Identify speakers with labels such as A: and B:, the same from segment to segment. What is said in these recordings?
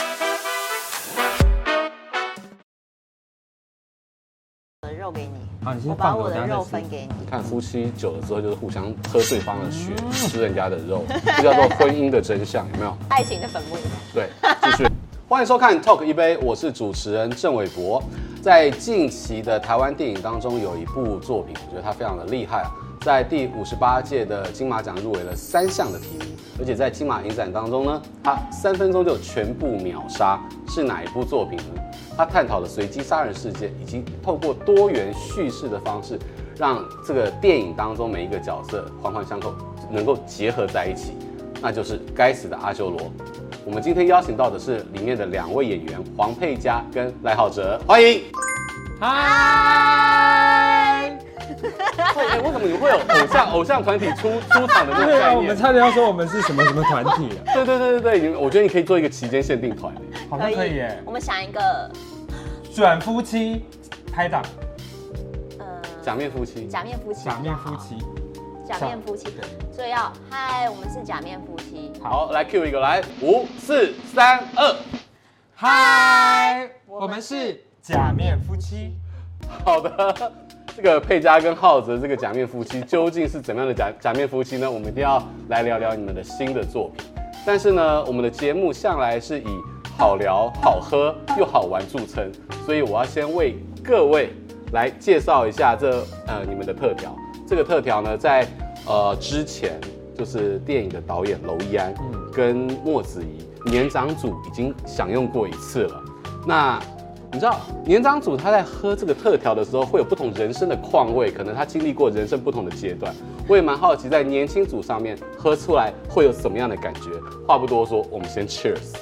A: 的呃肉给你，
B: 啊你先
A: 我把
B: 放着
A: 我
B: 我等
A: 的
B: 下再
A: 肉
B: 吃
A: 分给你。
C: 看夫妻久了之后就是互相喝对方的血，吃人家的肉，这叫做婚姻的真相，有没有？
A: 爱情的坟墓，
C: 对，继续。欢迎收看《Talk 一杯》，我是主持人郑伟博。在近期的台湾电影当中，有一部作品，我觉得它非常的厉害啊，在第五十八届的金马奖入围了三项的提名，而且在金马影展当中呢，它三分钟就全部秒杀，是哪一部作品呢？它探讨了随机杀人事件，以及透过多元叙事的方式，让这个电影当中每一个角色环环相扣，能够结合在一起。那就是《该死的阿修罗》。我们今天邀请到的是里面的两位演员黄佩嘉跟赖浩哲，欢迎。
B: 嗨，
C: 哎、为什么你会有偶像偶像团体出出场的这个
B: 对啊，
C: 概
B: 我们
C: 念？
B: 差点要说我们是什么什么团体啊，
C: 对对对对对，你我觉得你可以做一个期间限定团。
B: 好像可以耶，
A: 我们想一个，
B: 转夫妻拍档，
A: 呃，
C: 假面夫妻，
A: 假面夫妻，
B: 假面夫，妻，
A: 假面夫妻，所以要嗨，我们是假面夫妻，
C: 好，来 Q 一个，来五四三二，
B: 嗨，
A: 我们是
B: 假面夫妻，
C: 好的。这个佩嘉跟浩哲这个假面夫妻究竟是怎么样的假假面夫妻呢？我们一定要来聊聊你们的新的作品。但是呢，我们的节目向来是以好聊、好喝又好玩著称，所以我要先为各位来介绍一下这呃你们的特调。这个特调呢，在呃之前就是电影的导演娄艺安跟莫子仪年长组已经享用过一次了。那你知道年长组他在喝这个特调的时候，会有不同人生的况味，可能他经历过人生不同的阶段。我也蛮好奇，在年轻组上面喝出来会有什么样的感觉。话不多说，我们先 cheers。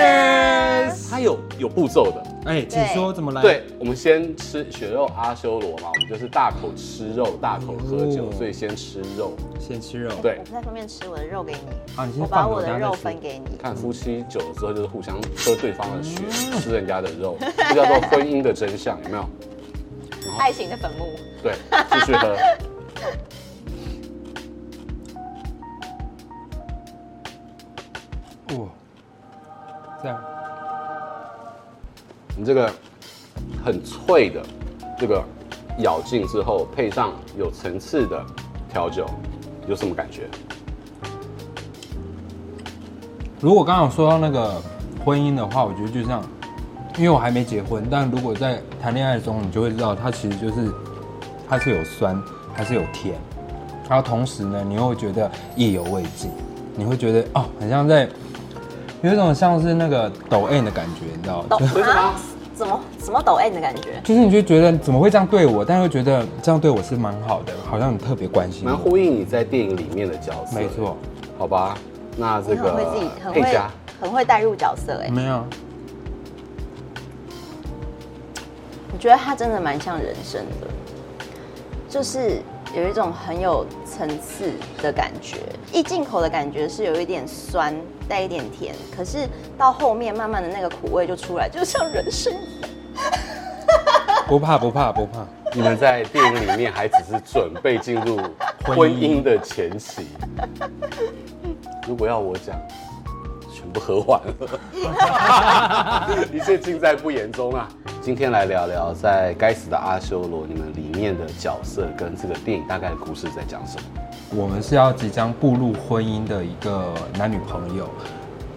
B: ，Cheers，
C: 它有有步骤的，
B: 哎，请说怎么来？
C: 对，我们先吃血肉阿修罗嘛，我们就是大口吃肉，大口喝酒，
B: 哦
C: 所以先吃肉。
B: 先吃肉，
C: 对
A: 哎我不太方便吃我的肉给你，
B: 啊，你
A: 我
B: 先
A: 把
B: 放着
A: 我
B: 等
A: 的
B: 下再
A: 肉
B: 吃
A: 分给你。
C: 看夫妻久了之后，就是互相喝对方的血，吃人家的肉，这叫做婚姻的真相，有没有？
A: 爱情的坟墓，
C: 对，继续喝。
B: 哇，这样，
C: 你这个很脆的，这个咬劲之后，配上有层次的调酒，有什么感觉？
B: 如果刚刚有说到那个婚姻的话，我觉得就像，因为我还没结婚，但如果在谈恋爱中，你就会知道它其实就是，它是有酸，它是有甜，然后同时呢，你又会觉得意犹未尽，你会觉得哦，很像在。有一种像是那个抖 M 的感觉，你知道吗？
A: 抖
B: 就
A: 啊，怎么怎么抖 N 的感觉？
B: 就是你就觉得怎么会这样对我，但又觉得这样对我是蛮好的，好像你特别关心
C: 蛮
B: 我。
C: 呼应你在电影里面的角色，
B: 没错，
C: 好吧？那
A: 你
C: 这
A: 很
C: 个
A: 会自己，很
C: 佩
A: 会
C: 嘉，
A: 很会带入角色哎，
B: 没有，
A: 我觉得他真的蛮像人生的，就是有一种很有层次的感觉。一进口的感觉是有一点酸，带一点甜，可是到后面慢慢的那个苦味就出来，就像人生一样。
B: 不怕不怕不怕，
C: 你们在电影里面还只是准备进入婚
B: 婚姻
C: 姻的前期。如果要我讲，全部喝完了，一切尽在不言中啊。今天来聊聊在《该死的阿修罗》你们里面的角色跟这个电影大概的故事在讲什么。
B: 我们是要即将步入婚姻的一个男女朋友，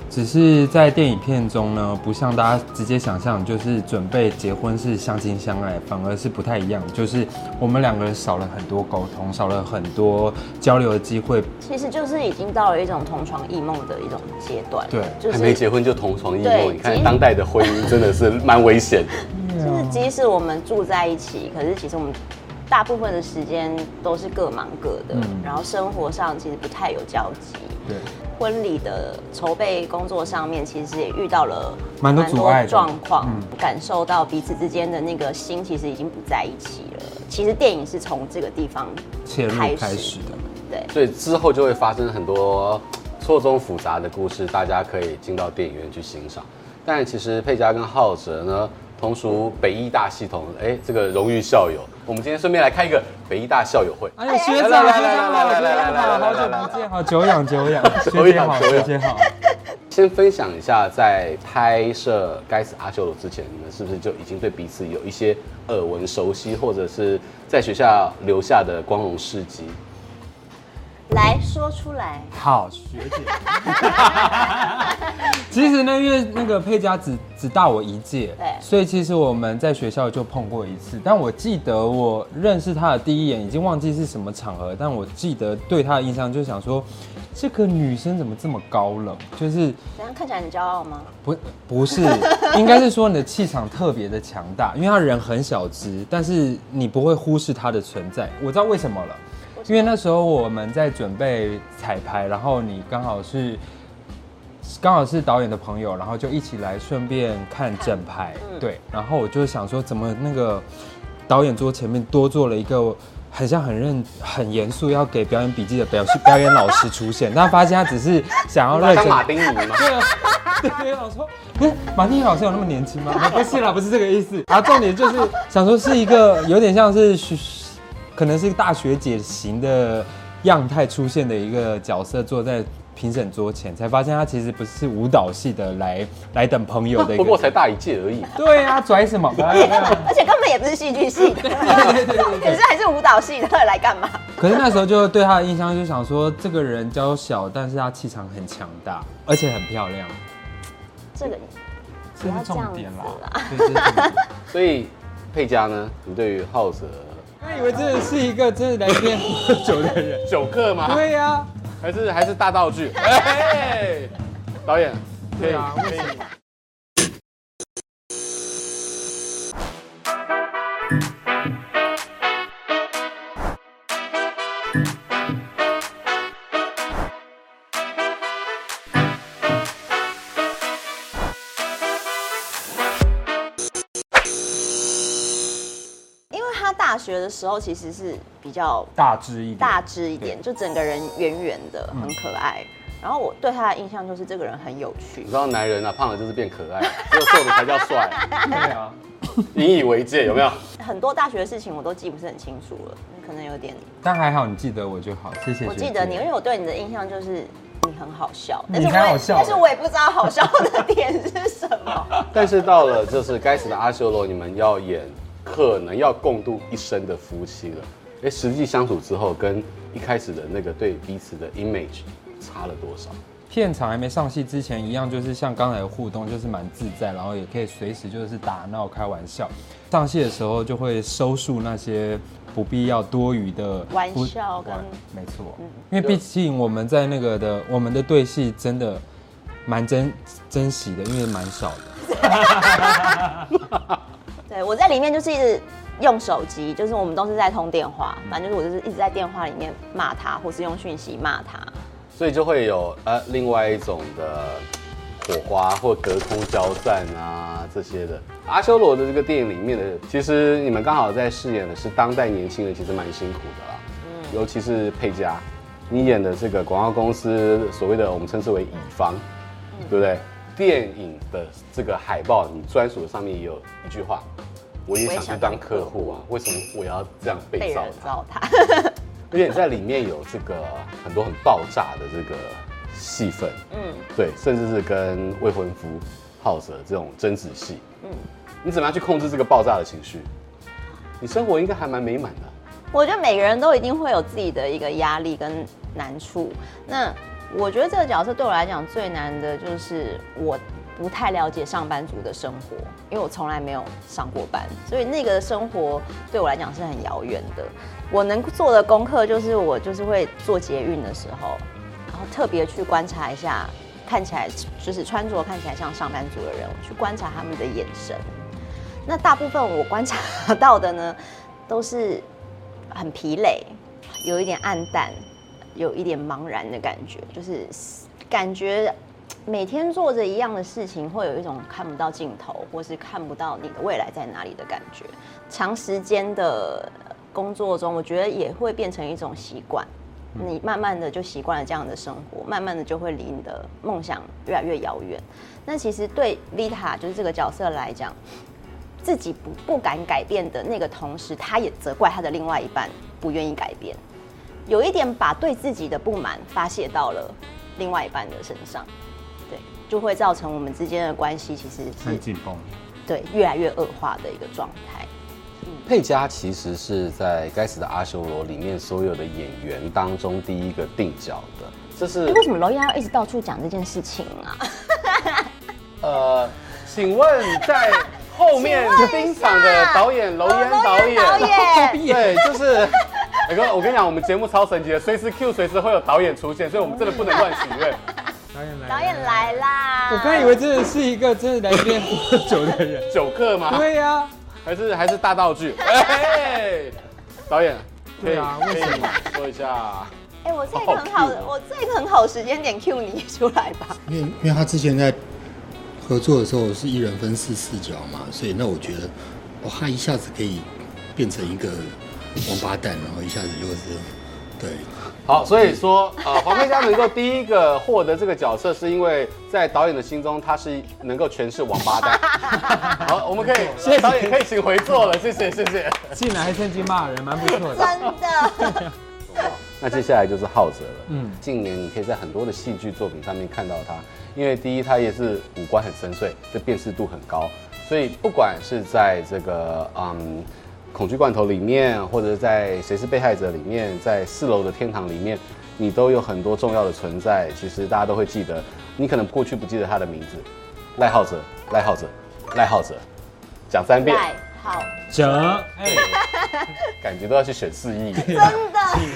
B: 只是在电影片中呢，不像大家直接想象，就是准备结婚是相亲相爱，反而是不太一样，就是我们两个人少了很多沟通，少了很多交流的机会。
A: 其实就是已经到了一种同床异梦的一种阶段，
B: 对
A: 就
C: 还
A: 是
C: 没结婚就同床异
A: 对
C: 梦，你看
A: 其实
C: 当代的婚姻真的是蛮危险的。
A: 就是即使我们住在一起，可是其实我们大部分的时间都是各忙各的，
B: 嗯
A: 然后生活上其实不太有交集。
B: 对，
A: 婚礼的筹备工作上面，其实也遇到了
B: 蛮多阻碍的
A: 状况，
B: 嗯
A: 感受到彼此之间的那个心其实已经不在一起了。其实电影是从这个地方
B: 切入
A: 开始
B: 开始的。
A: 对，
C: 所以之后就会发生很多嘖错综复杂的故事，大家可以进到电影院去欣赏。但其实佩嘉跟浩哲呢，同属北医大系统，哎，这个荣誉校友，我们今天顺便来开一个北医大校友会。
B: 哎呀，学长，学
C: 来来
B: 长好，
C: 来来
B: 学长
C: 来来
B: 好，
C: 来
B: 好
C: 来
B: 久不见，好久仰久仰，
C: 久
B: 学姐
C: 仰
B: 好，
C: 久
B: 学
C: 仰
B: 姐好。
C: 先分享一下，在拍摄《该死阿修罗》之前，你们是不是就已经对彼此有一些耳闻、熟悉，或者是在学校留下的光荣事迹？
A: 来说出来，
B: 好学姐。 其实呢，因为那个佩佳只只大我一届，
A: 对
B: 所以其实我们在学校就碰过一次。但我记得我认识她的第一眼，已经忘记是什么场合，但我记得对她的印象就想说，这个女生怎么这么高冷？就是
A: 怎样看起来很骄傲 吗？
B: 不不是，应该是说你的气场特别的强大，因为他人很小只，但是你不会忽视他的存在。我知道为什么了，因为那时候我们在准备彩排，然后你刚好是刚好是导演的朋友，然后就一起来顺便看整排，对。然后我就想说，怎么那个导演桌前面多做了一个很像很认很严肃要给表演笔记的表表演老师出现，但发现他只是想 要认
C: 当
B: 真
C: 马丁尼吗？
B: 对，啊对，我说，嗯，马丁老师有那么年 轻吗？啊不是啦，不是这个意思。啊，重点就是想说是一个有点像是学，可能是大学姐型的样态出现的一个角色，坐在评审桌前，才发现她其实不是舞蹈系的来来等朋友的一 个。
C: 不过才大一届而已。
B: 对啊，拽什么？
A: 而且根本也不是戏剧系的，可是还是舞蹈系的来干嘛？
B: 可是那时候就对她的印象就想说，这个人娇小，但是她气场很强大，而且很漂亮，
A: 这个
B: 这
A: 要
B: 是
A: 这
B: 重
A: 样
B: 点啦
A: 子啦。
B: 对这是重点
C: 所以佩佳呢，你对于浩哲
B: 他以为真的是一个真的来骗喝酒的人。
C: 酒客吗？
B: 对啊呀、
C: 还是还是大道 具？哎，导演，可以
B: 对啊
C: 可以。
A: 因为他大学的时候其实是比较
B: 大致一点。
A: 大只一点，就整个人圆圆的，
B: 嗯
A: 很可爱。然后我对他的印象就是这个人很有趣
C: 你知，道男人啊，胖了就是变可爱，只有瘦的才叫 帅，
B: 对啊，
C: 引以为戒，有没有？
A: 很多大学的事情我都记不是很清楚了，可能有点。
B: 但还好你记得我就好，谢谢。
A: 我记得你，因为我对你的印象就是你很好笑，
B: 你
A: 但是我
B: 才好
A: 也
B: 笑
A: 但是我也不知道好笑的点是什 么。
C: 但是到了就是该死的阿修罗，你们要演可能要共度一生的夫妻了。哎，实际相处之后，跟一开始的那个对彼此的 image 差了多少？
B: 片场还没上戏之前一样，就是像刚才的互动，就是蛮自在，然后也可以随时就是打闹开玩笑。上戏的时候就会收束那些不必要多余的
A: 玩笑跟嗯
B: 玩没错，因为毕竟我们在那个的我们的对戏真的蛮珍珍惜的，因为蛮少的。
A: 对我在里面就是一直用手机，就是我们都是在通电话，
B: 嗯
A: 反正就是我就是一直在电话里面骂他，或是用讯息骂他。
C: 所以就会有呃另外一种的火花或隔空交战啊这些的。阿修罗的这个电影里面的，其实你们刚好在饰演的是当代年轻人，其实蛮辛苦的啦。尤其是佩佳，你演的这个广告公司所谓的我们称之为乙方，对不对？电影的这个海报，你专属上面也有一句话。我也想去当客户啊，为什么我要这样
A: 被
C: 被
A: 人糟
C: 糟蹋？
A: 蹋，
C: 而且在里面有这个很多很爆炸的这个戏份，
A: 嗯，
C: 对，甚至是跟未婚夫浩哲这种争执戏，嗯，你怎么样去控制这个爆炸的情绪？你生活应该还蛮美满的，
A: 我觉得每个人都一定会有自己的一个压力跟难处。那我觉得这个角色对我来讲最难的就是我不太了解上班族的生活，因为我从来没有上过班，所以那个生活对我来讲是很遥远的。我能做的功课就是我就是会做捷运的时候，然后特别去观察一下，看起来就是穿着看起来像上班族的人，我去观察他们的眼神。那大部分我观察到的呢，都是很疲累，有一点暗淡，有一点茫然的感觉，就是感觉每天做着一样的事情，会有一种看不到尽头，或是看不到你的未来在哪里的感觉。长时间的呃工作中，我觉得也会变成一种习惯。
B: 嗯
A: 你慢慢的就习惯了这样的生活，慢慢的就会离你的梦想越来越遥远。那其实对 Vita 就是这个角色来讲，自己不不敢改变的那个同时，他也责怪他的另外一半不愿意改变，有一点把对自己的不满发泄到了另外一半的身上，对，就会造成我们之间的关系其实
B: 很
A: 是
B: 紧绷。
A: 对越来越恶化的一个状态。
C: 佩嘉其实是在《该死的阿修罗》里面所有的演员当中第一个定角的，这 是
A: 为什么娄艺要一直到处讲这件事情啊？
C: 呃，请问在后面冰场的导演娄烨哦导演，
A: 导演，
C: 对，就是。我跟我跟你讲，我们节目超神奇的，随时 Q 随时会有导演出现，所以我们真的不能乱许愿。
B: 导演来
A: 导演来啦！
B: 我刚以为真的是一个真的来这边喝酒的人。
C: 九克 吗？
B: 对呀、
C: 还是还是大道 具？哎，导演，可以
B: 对啊
C: 可
B: 为
C: 以
B: 什么
C: 说一下？
A: 哎、我这个很好的，
C: 好酷
A: 我这个很好时间点 Q 你出来吧。
D: 因为因为他之前在合作的时候是一人分饰四角嘛，所以那我觉得哇，他一下子可以变成一个王八蛋，然后一下子就是对
C: 好，所以说，呃，黄佩嘉能够第一个获得这个角色，是因为在导演的心中，他是能够诠释王八 蛋。好，我们可以，
B: 谢谢
C: 导演可以请回座了，谢谢，谢谢。
B: 进来还趁机骂人，蛮不错的。
A: 真的，
C: 那接下来就是浩哲了。嗯
B: 嗯，
C: 近年你可以在很多的戏剧作品上面看到他，因为第一他也是五官很深邃，这辨识度很高，所以不管是在这个嗯恐惧罐头里面，或者在谁是被害者里面，在四楼的天堂里面，你都有很多重要的存在。其实大家都会记得，你可能过去不记得他的名字，赖浩哲，赖浩哲，赖浩哲，讲三遍，
A: 赖好，
B: 哲，哎、
C: 感觉都要去选四亿。
A: 真的，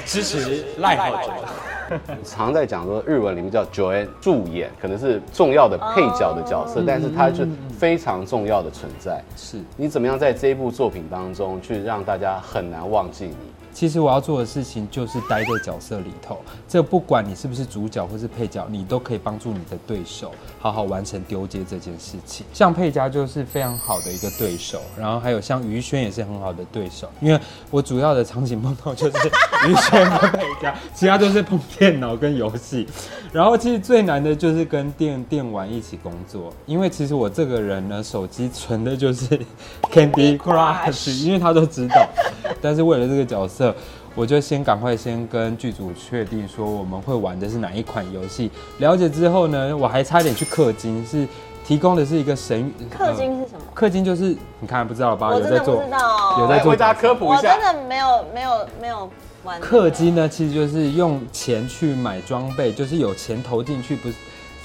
B: 支持赖好哲。
C: 常在讲说日文里面叫 joan 助演，可能是重要的配角的角
A: 哦
C: 色，但是它是非常重要的存在。
B: 是，
C: 你怎么样在这一部作品当中去让大家很难忘记你？
B: 其实我要做的事情就是待在角色里头，这不管你是不是主角或是配角，你都可以帮助你的对手好好完成丢接这件事情。像佩佳就是非常好的一个对手，然后还有像于轩也是很好的对手，因为我主要的场景碰到就是于轩跟佩佳，其他都是碰电脑跟游戏。然后其实最难的就是跟电电玩一起工作，因为其实我这个人呢，手机存的就是 Candy Crush，因为他都知道。但是为了这个角色，我就先赶快先跟剧组确定说我们会玩的是哪一款游戏。了解之后呢，我还差点去氪金，是提供的是一个神呃
A: 氪金是什么？
B: 氪金就是你看不知道吧？
A: 我
B: 嗯有
A: 真
B: 在
A: 的不
B: 做
A: 知道，
B: 有在
C: 来
B: 做
C: 哎为大家科普一
A: 我
C: 下
A: 真，的没有没有没有玩
B: 氪，金呢，其实就是用钱去买装备，就是有钱投进去，不是、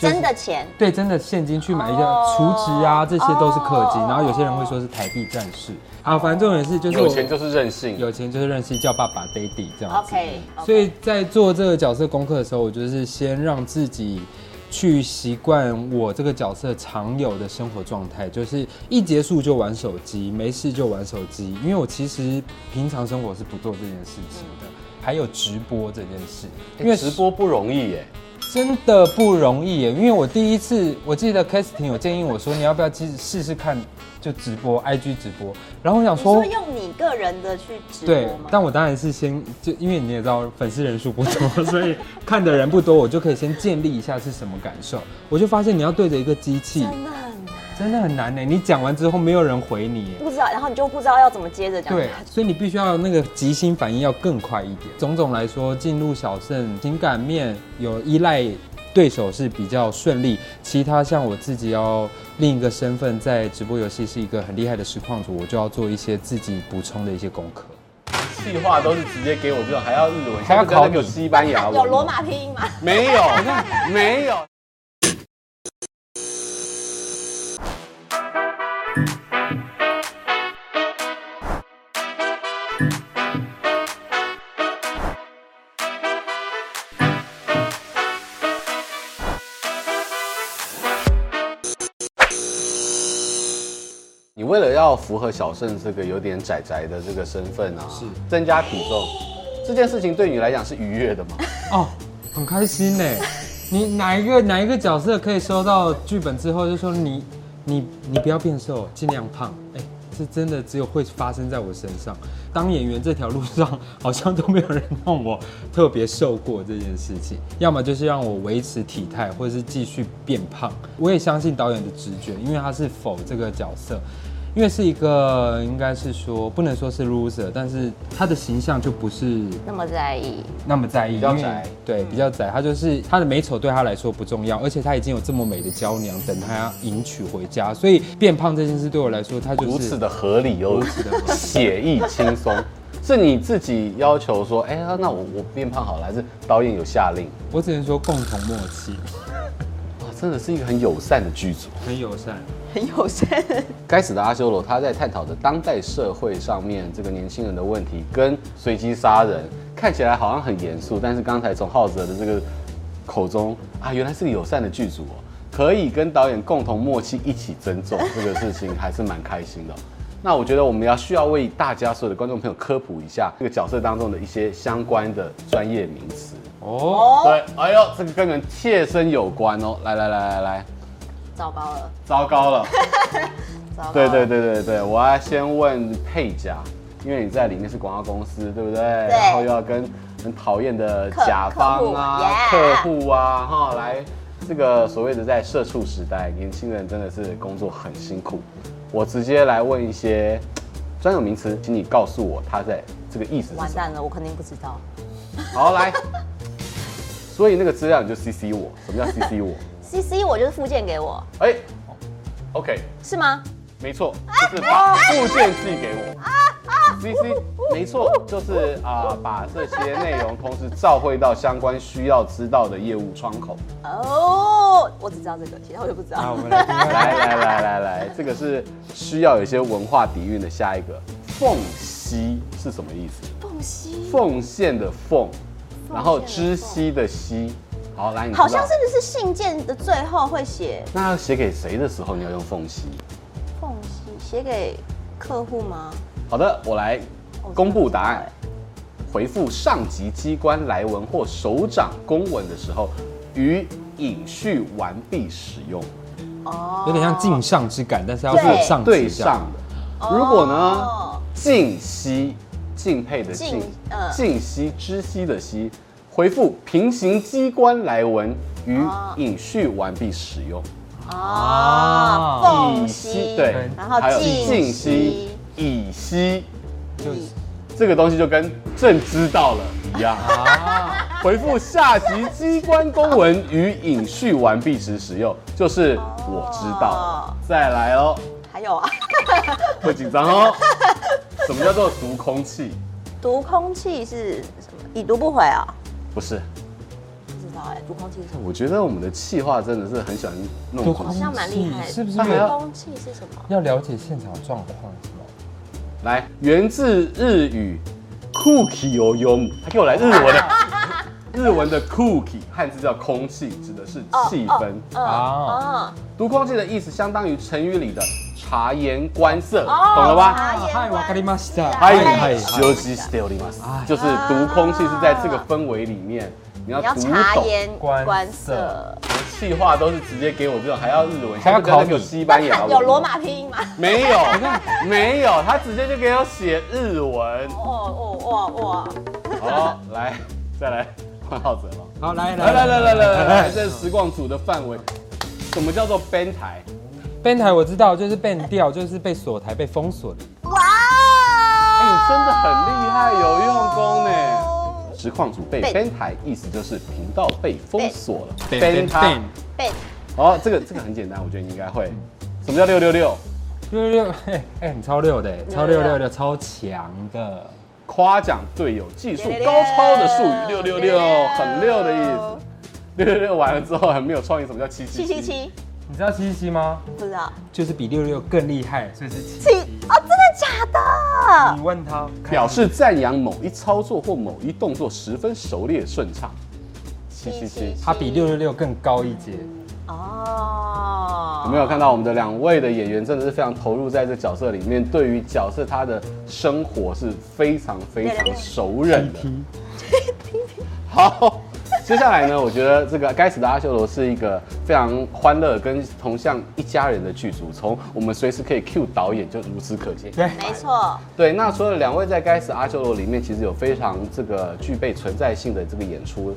B: 就是、
A: 真的钱
B: 对，真的现金去买一些
A: 哦
B: 储值啊，这些都是氪金。
A: 哦
B: 然后有些人会说是台币战士啊，反正重点是就是我
C: 有钱就是任性。
B: 有钱就是认识叫爸爸 daddy 这样子。
A: ，OK，
B: 所以在做这个角色功课的时候，我就是先让自己去习惯我这个角色常有的生活状态，就是一结束就玩手机，没事就玩手机。因为我其实平常生活是不做这件事情的，还有直播这件事，因
C: 因为
B: 为
C: 哎直播不容易耶，哎
B: 真的不容易耶，因为我第一次，我记得 casting 有建议我说你要不要试试试看，就直播 IG 直播，然后我想
A: 你
B: 说
A: 说。用你个人的去直
B: 对
A: 播吗，？
B: 但我当然是先就，因为你也知道粉丝人数不多， 所以看的人不多，我就可以先建立一下是什么感受。我就发现你要对着一个机器，
A: 真的很难
B: 真的很难呢。你讲完之后没有人回你耶，
A: 不知道，然后你就不知道要怎么接着讲。
B: 对，所以你必须要那个即兴反应要更快一点。种种来说，进入小胜情感面有依赖对手是比较顺利，其他像我自己要另一个身份在直播游戏是一个很厉害的实况组，我就要做一些自己补充的一些功课。
C: 计划都是直接给我这种，还要日文，
B: 还要考
C: 有
B: 你
C: 西班牙文，
A: 有罗马拼音吗？
C: 没有？ 没有。你为了要符合小盛这个有点窄窄的这个身份啊，
B: 是
C: 增加体重，这件事情对你来讲是愉悦的吗？
B: 哦，很开心呢。你哪一个哪一个角色可以收到剧本之后就说你你你不要变瘦，尽量胖？哎、这真的只有会发生在我身上。当演员这条路上，好像都没有人让我特别瘦过这件事情，要么就是让我维持体态，或者是继续变胖。我也相信导演的直觉，因为他是否这个角色。因因为是一个应该是说不能说是 loser，但是他的形象就不是
A: 那么在意，
B: 那么在意，
C: 比较
B: 因为
C: 宅
B: 对，比较宅。他就是他的美丑对他来说不重要，而且他已经有这么美的娇娘等他要迎娶回家，所以变胖这件事对我来说，他就是
C: 如此的合理又写意轻松，是你自己要求说，哎、呀，那我我变胖好了，还是导演有下令？
B: 我只能说共同默契，
C: 哇，真的是一个很友善的剧组。
B: 很友善。
A: 很友善。
C: 该死的阿修罗，他在探讨的当代社会上面这个年轻人的问题，跟随机杀人看起来好像很严肃，但是刚才从浩哲的这个口中啊，原来是个友善的剧组哦，可以跟导演共同默契一起增重，这个事情还是蛮开心的哦、 那我觉得我们要需要为大家所有的观众朋友科普一下这个角色当中的一些相关的专业名词。
B: 哦，
C: 对，哎呦，这个跟你们切身有关哦。来来来来来，
A: 糟糕了，
C: 糟糕了。
A: 糟糕了。
C: 对对对对对，我要先问配甲，因为你在里面是广告公司，对不对？然后又要跟很讨厌的
A: 客
C: 甲方啊、
A: 客户 yeah
C: 客户啊，哈，来这个所谓的在社畜时代，年轻人真的是工作很辛苦。我直接来问一些专有名词，请你告诉我它在这个意思是
A: 完
C: 什么。
A: 蛋了，我肯定不知道。
C: 好，来，所以那个资料你就 CC 我，什么叫 CC 我？
A: C C，我就是附件给我，
C: 哎、o k
A: 是吗？
C: 没错，
A: 啊
C: 就是把附件寄给我。C C，没错，就是啊、把这些内容同时照会到相关需要知道的业务窗口。
A: 哦，我只知道这个，其他我就不知
B: 那
A: 道
C: 啊
B: 我。们来听听看
C: 来来来来来，这个是需要有一些文化底蕴的。下一个，缝隙是什么意思？
A: 缝隙，
C: 奉献的奉，然后
A: 奉献的
C: 知
A: 奉
C: 悉的悉。好，来，你知
A: 啊
C: 道
A: 好像是不是信件的最后会写
C: 那要写给谁的时候，你要用缝隙。
A: 缝隙，写给客户吗？
C: 好的，我来
A: 哦
C: 公布答案。回复上级机关来文或首长公文的时候，予引序完毕使用，
A: 哦，
B: 有点像敬上之感，但是要
A: 对
B: 对上
C: 对
B: 之上
C: 上。的。如果
A: 哦
C: 呢，敬惜敬佩的敬
A: 敬嗯，
C: 敬惜知悉的惜，回复平行机关来文，予
A: 哦
C: 引序完毕使用。
A: 哦，缝隙，
C: 对，
A: 然后
C: 还有
A: 静
C: 静息
A: 息，
C: 以息，
B: 就是
C: 这个东西就跟朕知道了一样。
B: 啊，
C: 回复下级机关公文与引序完毕时使用，就是我知道了。再来哦，
A: 还有啊，
C: 会紧张哦。 什么叫做读空气？
A: 读空气是什么？已读不回啊？
C: 不是，
A: 不知道哎，读空气是什么？
C: 我觉得我们的气话真的是很喜欢弄
B: 读空
C: 空
A: 好
C: 气。
A: 像蛮厉害的，
B: 是不是
A: 读
C: 还要
A: 空气是什么？
B: 要了解现场状况是吗？
C: 来，源自日语 “cookie” 哦哟，还给我来日文的。 日文的 “cookie” 汉字叫空气，指的是气氛。
A: 嗯
B: 啊
A: 啊，
C: 读空气的意思相当于成语里的察言观色，
A: 哦
C: 懂了吧？哎
A: 察言
B: 嗨，わかりました。
C: 嗨
A: 嗨
C: 嗨，
B: 嗨
C: 休息しております
B: 哎。
C: 就是读空气是在这个氛围里面，你要
A: 啊你要
C: 读
A: 察
C: 懂。
A: 言
B: 观
A: 观
B: 色
A: 色，
C: 气话都是直接给我这种，还要日文，
B: 还要
C: 下次跟那
B: 考
C: 个
B: 你
C: 西班牙文
A: 有罗？马拼音吗？
C: 没有，没有，他直接就给我写日文。
A: 哦哦哦哦，
C: 好，来，再来换浩哲了。
B: 好，来
C: 来
B: 来
C: 来
B: 来
C: 来
B: 来来
C: 来来
B: 来
C: 来，
B: 来，
C: 这是实况组的范围，什么叫做编台？
B: 编台我知道，就是变调，就是被锁台、被封锁的。
A: 哇
C: 哎，
A: 哦！
C: 你真的很厉害，有用功呢。实况组被
A: 被
C: 编台，意思就是频道被封锁了。
B: 变
C: 台
B: 变
A: 被
C: 哦，这个这个很简单，我觉得你应该会。什么叫六六六？
B: 六六，哎哎，你超六的，超六六六，超强的。
C: 夸奖队友技术高超的术语，六六六，很六的意思。六六六完了之后很没有创意，什么叫七七
A: 七七？七，
B: 你知道七七七吗？
A: 不知道
B: 就是比六六更厉害，所以是七。
A: 七哦，真的假的？
B: 你问他，
C: 表示赞扬某一操作或某一动作十分熟练顺畅。七七七。
B: 他比六六六更高一阶。
A: 哦，
C: 有没有看到我们的两位的演员真的是非常投入在这角色里面，对于角色他的生活是非常非常熟稔的。 好，接下来呢，我觉得这个《该死的阿修罗》是一个非常欢乐跟同像一家人的剧组，从我们随时可以 cue 导演就如此可见。
B: 对，
A: 没错，
C: 对，那除了两位在《该死阿修罗》里面，其实有非常这个具备存在性的这个演出，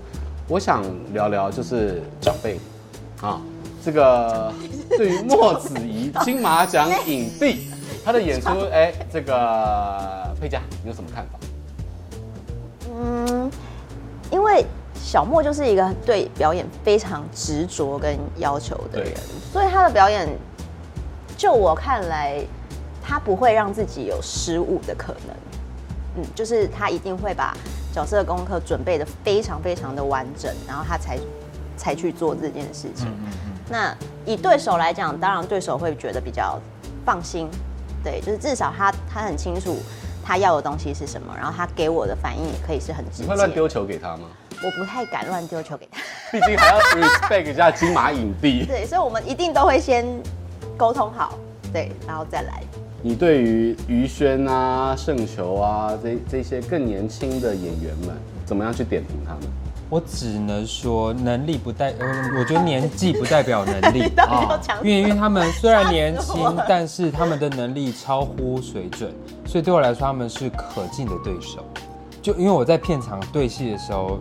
C: 我想聊聊就是长辈啊，这个对于莫子 仪金马奖影帝，她的演出，哎，这个佩佳，你有什么看法？
A: 嗯，因为小莫就是一个对表演非常执着跟要求的人
C: 对，
A: 所以他的表演，就我看来，他不会让自己有失误的可能。嗯，就是他一定会把角色功课准备的非常非常的完整，然后他才才去做这件事
C: 嗯
A: 情。那以对手来讲，当然对手会觉得比较放心，对，就是至少他他很清楚他要的东西是什么，然后他给我的反应也可以是很直
C: 你
A: 接。
C: 会乱丢球给她吗？
A: 我不太敢乱丢球给他。
C: 毕竟还要 respect 一下金马影帝。
A: 对，所以我们一定都会先沟通好，对，然后再来。
C: 你对于于轩啊、盛球啊这这些更年轻的演员们，怎么样去点评他们？
B: 我只能说，能力不代，呃我觉得年纪不代表能 力啊
A: 你到底要讲什么？
B: 因为因为他们虽然年
A: 吓死
B: 轻
A: 我了，
B: 但是他们的能力超乎水准，所以对我来说他们是可敬的对手。就因为我在片场对戏的时候，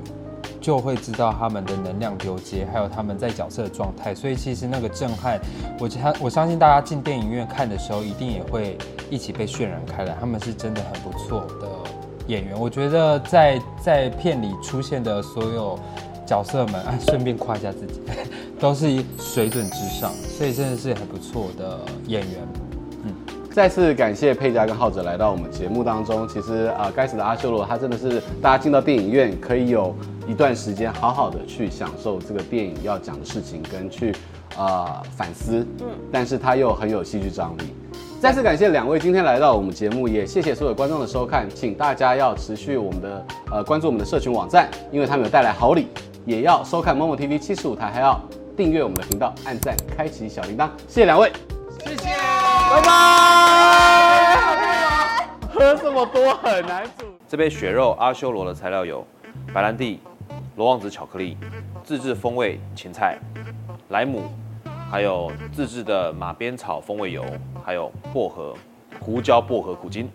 B: 就会知道他们的能量丢接，还有他们在角色的状态，所以其实那个震撼，我相我相信大家进电影院看的时候，一定也会一起被渲染开来。他们是真的很不错的演员，我觉得在在片里出现的所有角色们， 啊，顺便夸一下自己， 都是水准之上，所以真的是很不错的演员。
C: 再次感谢佩佳跟浩哲来到我们节目当中。其实啊，呃该死的阿修罗，他真的是大家进到电影院可以有一段时间好好的去享受这个电影要讲的事情，跟去啊、呃反思。嗯，但是他又很有戏剧张力。再次感谢两位今天来到我们节目，也谢谢所有观众的收看，请大家要持续我们的呃关注我们的社群网站，因为他们有带来好礼，也要收看某某 TV 七十五台，还要订阅我们的频道，按赞，开启小铃铛，谢谢两位。拜拜。喝这么多很难煮。
E: 这杯雪肉阿修罗的材料有白兰地、罗望子巧克力、自制风味芹菜、莱姆，还有自制的马鞭草风味油，还有薄荷、胡椒薄荷苦精。